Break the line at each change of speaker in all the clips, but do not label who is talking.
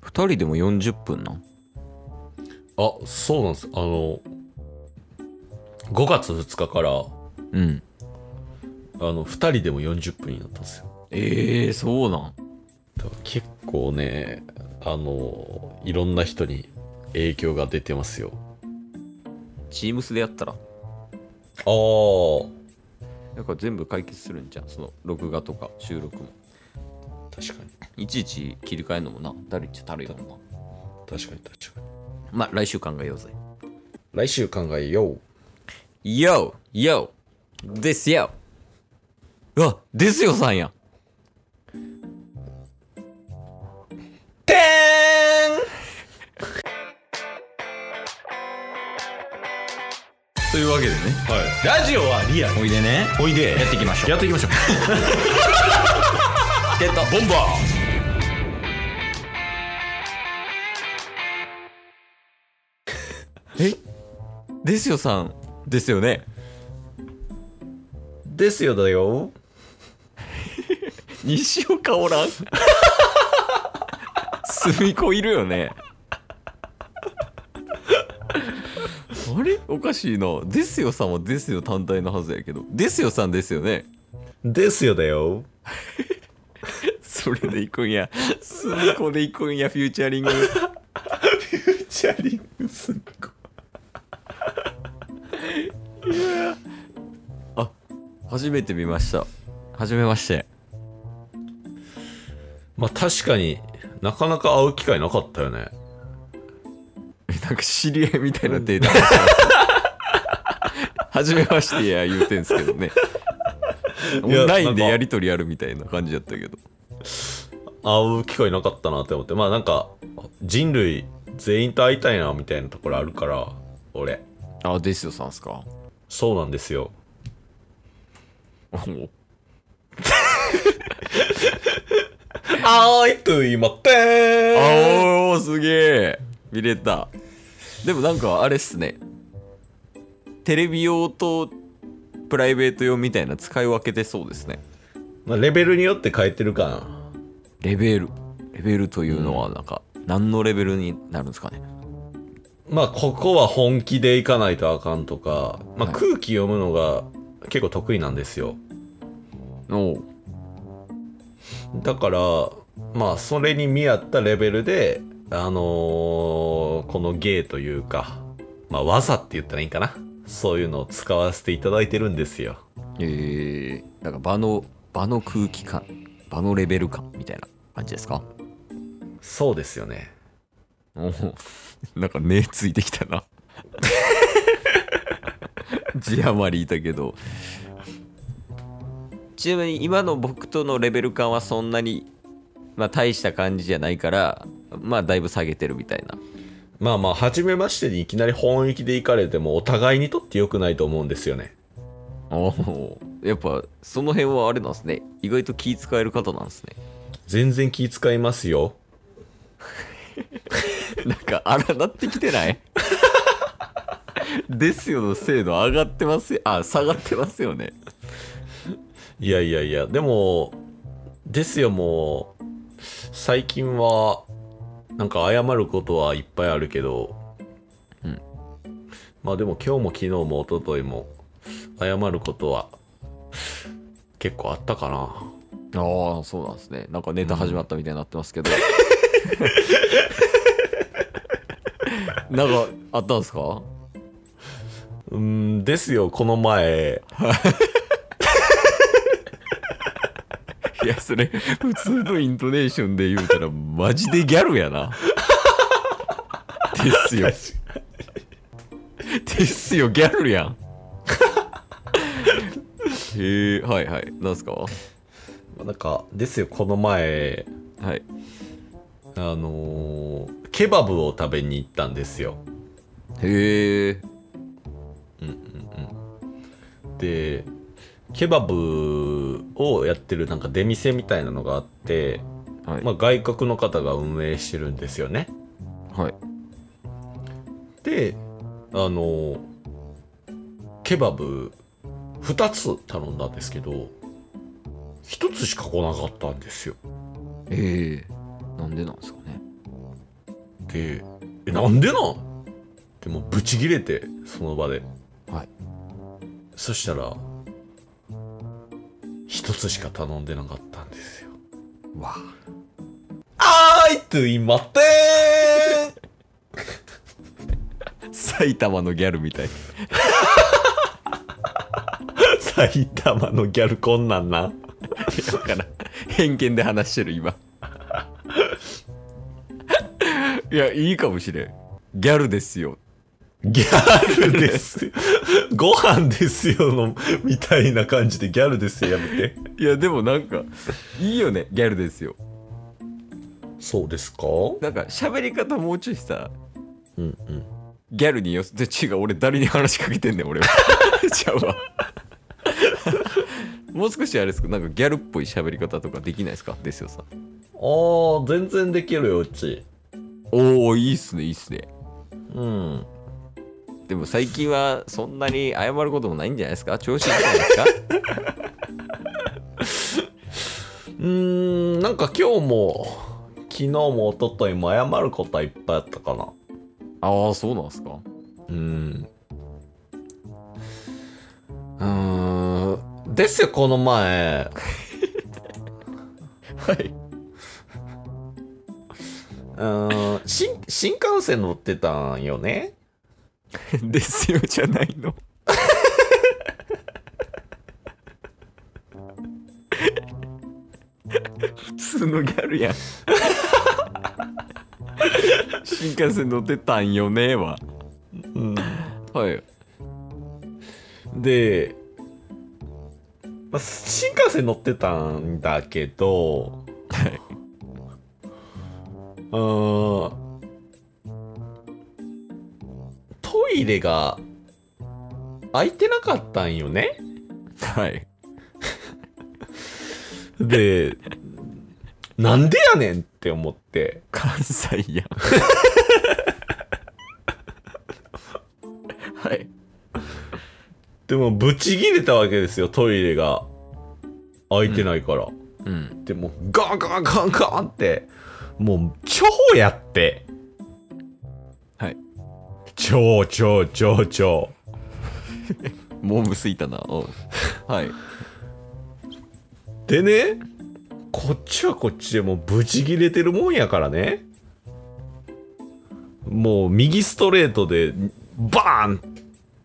2人でも40分なん
あそうなんですあの5月2日から
うん
あの2人でも40分になったんですよ
ええー、そうなん
だから結構ねあのいろんな人に影響が出てますよ
チームスでやったら
あー
だから全部解決するんじゃんその録画とか収録も
確かに
いちいち切り替えるのもなだるいっちゃだるいもんな
確かに確かに
まあ来週考えようぜ
来週考えよう
YO! YO! ですようわですよさんや
てーん
というわけでね
はい、ラジオはリアル
おいでね
おいでやっていきましょうやっていきましょうゲットボンバー
えですよさんですよね
ですよだよ
西岡お らんすみこいるよねあれおかしいなですよさんはですよ単体のはずやけどですよさんですよね
ですよだよ
それで行くんやすみこで行くんやフューチャリング
チャリングすっご
初めて見ました初めまして
まあ確かになかなか会う機会なかったよね
えなんか知り合いみたいなデータ初めまして や言うてんすけどねオ
いや
ンラインで
なんか
やり取りあるみたいな感じやったけど
会う機会なかったなって思ってまあなんか人類全員と会いたいなみたいなところあるから俺
あですよさんっすか
そうなんですよあーいと今ってー
あおーすげえ見れたでもなんかあれっすねテレビ用とプライベート用みたいな使い分けてそうですね
まあレベルによって変えてるかな
レベルレベルというのはなんか何のレベルになるんですかね
まあここは本気でいかないとあかんとか、ま
は
あ、
い
空気読むのが結構得意なんですよ
おう
だからまあそれに見合ったレベルであのーこの芸というかまあ技って言ったらいいんかなそういうのを使わせていただいてるんですよ
えー、なんか場の場の空気感場のレベル感みたいな感じですか
そうですよね
おう なんか目ついてきたな 字余りいたけどちなみに今の僕とのレベル感はそんなに、まあ、大した感じじゃないからまあだいぶ下げてるみたいな
まあまあ初めましてにいきなり本域で行かれてもお互いにとって良くないと思うんですよね
おおやっぱその辺はあれなんですね意外と気使える方なんですね
全然気遣いますよ
なんか荒なってきて ないですよの精度上がってますよあ下がってますよね
いやいやいやでもですよもう最近はなんか謝ることはいっぱいあるけど、
うん
まあでも今日も昨日も一昨日も謝ることは結構あったかな
ああそうなんですねなんかネタ始まったみたいになってますけど、なんかあったんですか
うーんですよこの前
いやそれ普通のイントネーションで言うたらマジでギャルやなですよですよギャルやんへえはいはいなんすかは
なんかですよこの前
い
あのーケバブを食べに行ったんですよ
へえ
でケバブをやってるなんか出店みたいなのがあって、
はい、
まあ、外国の方が運営してるんですよね
はい
であのケバブ2つ頼んだんですけど1つしか来なかったんですよ
ええなんでなんですかね
で「えなんでなん?」ってもうブチギレてその場で
はい
そしたら一つしか頼んでなかったんですよ
わ
あーいと言いまって
埼玉のギャルみたい
ーん 埼玉のギャルこんなん
だ
な
から偏見で話してる今いやいいかもしれんギャルですよ
ギャルです ご飯ですよのみたいな感じでギャルですよやめて
いやでもなんかいいよねギャルですよ
そうですか
なんか喋り方もうちょいさ
うんうん
ギャルに寄せて違う俺誰に話しかけてんねん俺 はちゃうわもう少しあれですけどなんかギャルっぽい喋り方とかできないですかですよさん
ああ全然できるようち
おおいいっすねいいっすね
うん
でも最近はそんなに謝ることもないんじゃないですか調子いいんじゃないです か
うーんなんか今日も昨日も一昨日も謝ることはいっぱいあったかな
ああそうなんですか
うんうーんですよこの前
はい。
うーん新新幹線乗ってたんよね
ですよじゃないの。 普通のギャルやん。新幹線乗ってたんよねは。
うん
はい。
で、まあ、新幹線乗ってたんだけど、うーんトイレが空いてなかったんよね。
はい。
で、なんでやねんって思って。
関西やん。はい。
でも、ブチ切れたわけですよ、トイレが空いてないから。
うん。
でもうガンガンガンガンってもう超やって
はい
超超超超
モームすいたな。おうはい。
でねこっちはこっちでもうブチ切れてるもんやからねもう右ストレートでバーン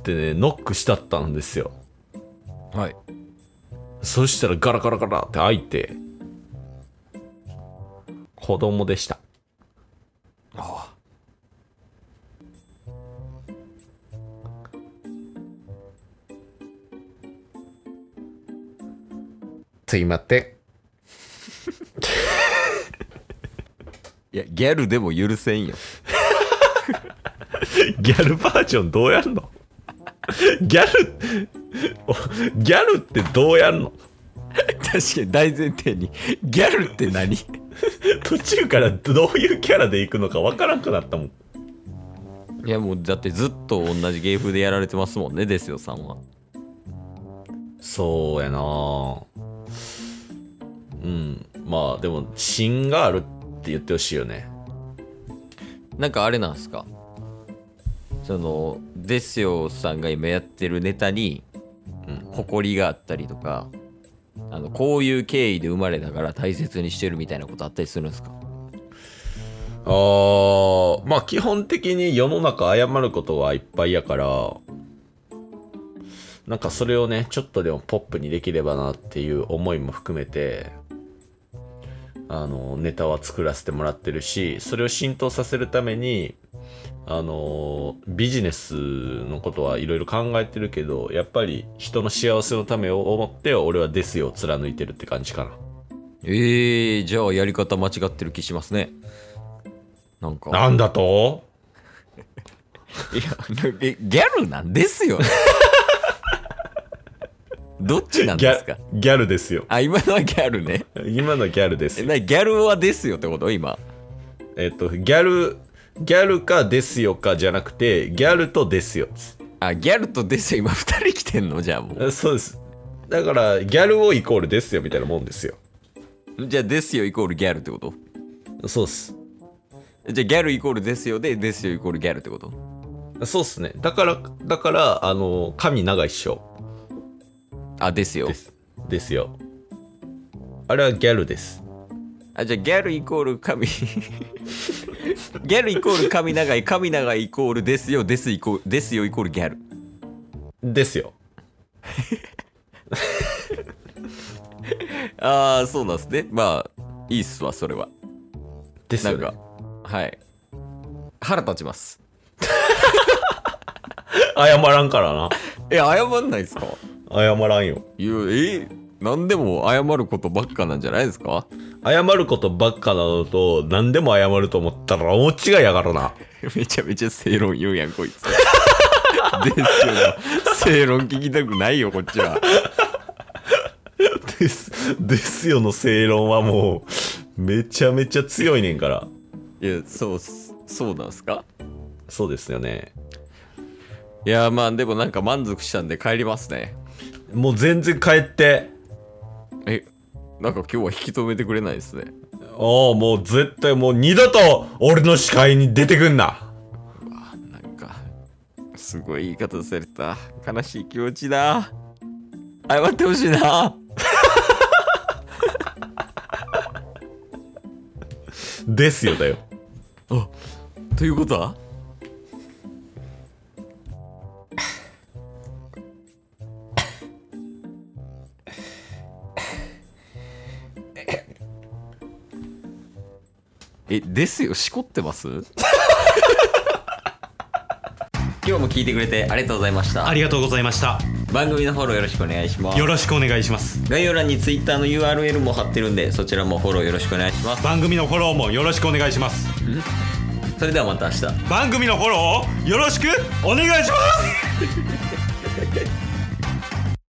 ってねノックしたったんですよ
はい。
そしたらガラガラガラって開いて子供でした
あ
ついまって
いや、ギャルでも許せんよ。
ギャルバージョンどうやんのギャルおギャルってどうやんの
確かに大前提にギャルって何い
途中からどういうキャラでいくのかわからんくなったもん
やもうだってずっと同じ芸風でやられてますもんねですよさんは
そうやなうんまあでも芯があるって言ってほしいよね
なんかあれなんすかそのですよさんが今やってるネタに、
うん
誇りがあったりとかあのこういう経緯で生まれたから大切にしてるみたいなことあったりするんですか
あーまあ基本的に世の中謝ることはいっぱいやからなんかそれをねちょっとでもポップにできればなっていう思いも含めてあのネタは作らせてもらってるしそれを浸透させるためにあのビジネスのことはいろいろ考えてるけどやっぱり人の幸せのためを思って俺はですよを貫いてるって感じかな。
えー、じゃあやり方間違ってる気しますねなんか
なんだと
いや、えギャルなんです よ。どっちなん
ギ
です
ャ
か
ギャルですよ。
あ、今のはギャルね。
今のギャルです
え、なギャルはですよってこと今。
えっと、ギャル、ギャルかですよかじゃなくて、ギャルとですよ。
あ、ギャルとですよ。今二人来てんのじゃあも
えそうです。だから、ギャルをイコールですよみたいなもんですよ。
う。じゃあですよイコールギャルってこと
そうです。
じゃあギャルイコールですよでですよイコールギャルってこと
そうっすね。だから、だから、あの、神長一生
あですよ
です。ですよ。あれはギャルです。
あじゃあギャルイコール神 ギャルイコール神長い神長いイコールですよですイコールですよイコールギャル
ですよ。
ああそうなんですねまあいいっすわそれは
です
な
よ、
ん
ね。
かはい腹立ちます
謝らんからな。
え謝んないですか
謝らんよ。
いやえ何でも謝ることばっかなんじゃないですか
謝ることばっかなのと、何でも謝ると思ったら大違いやからな。
めちゃめちゃ正論言うやんこい つですよ正論聞きたくないよこっちは
です、ですよの正論はもう、めちゃめちゃ強いねんから。
いやそうっすそうなんすか
そうですよね。
いやまあでもなんか満足したんで帰りますね
もう全然帰って。
えなんか今日は引き止めてくれないですね
ああ、もう絶対もう二度と俺の視界に出てくんな。
あなんかすごい言い方された悲しい気持ちだ謝ってほしいな
ですよだよ。
ということはえですよしこって ます今日も聞いてくれてありがとうございました
ありがとうございました
番組のフォローよろしくお願いします
よろしくお願いします
概要欄に Twitter の URL も貼ってるんでそちらもフォローよろしくお願いします
番組のフォローもよろしくお願いします
それではまた明日
番組のフォローをよろしくお願いします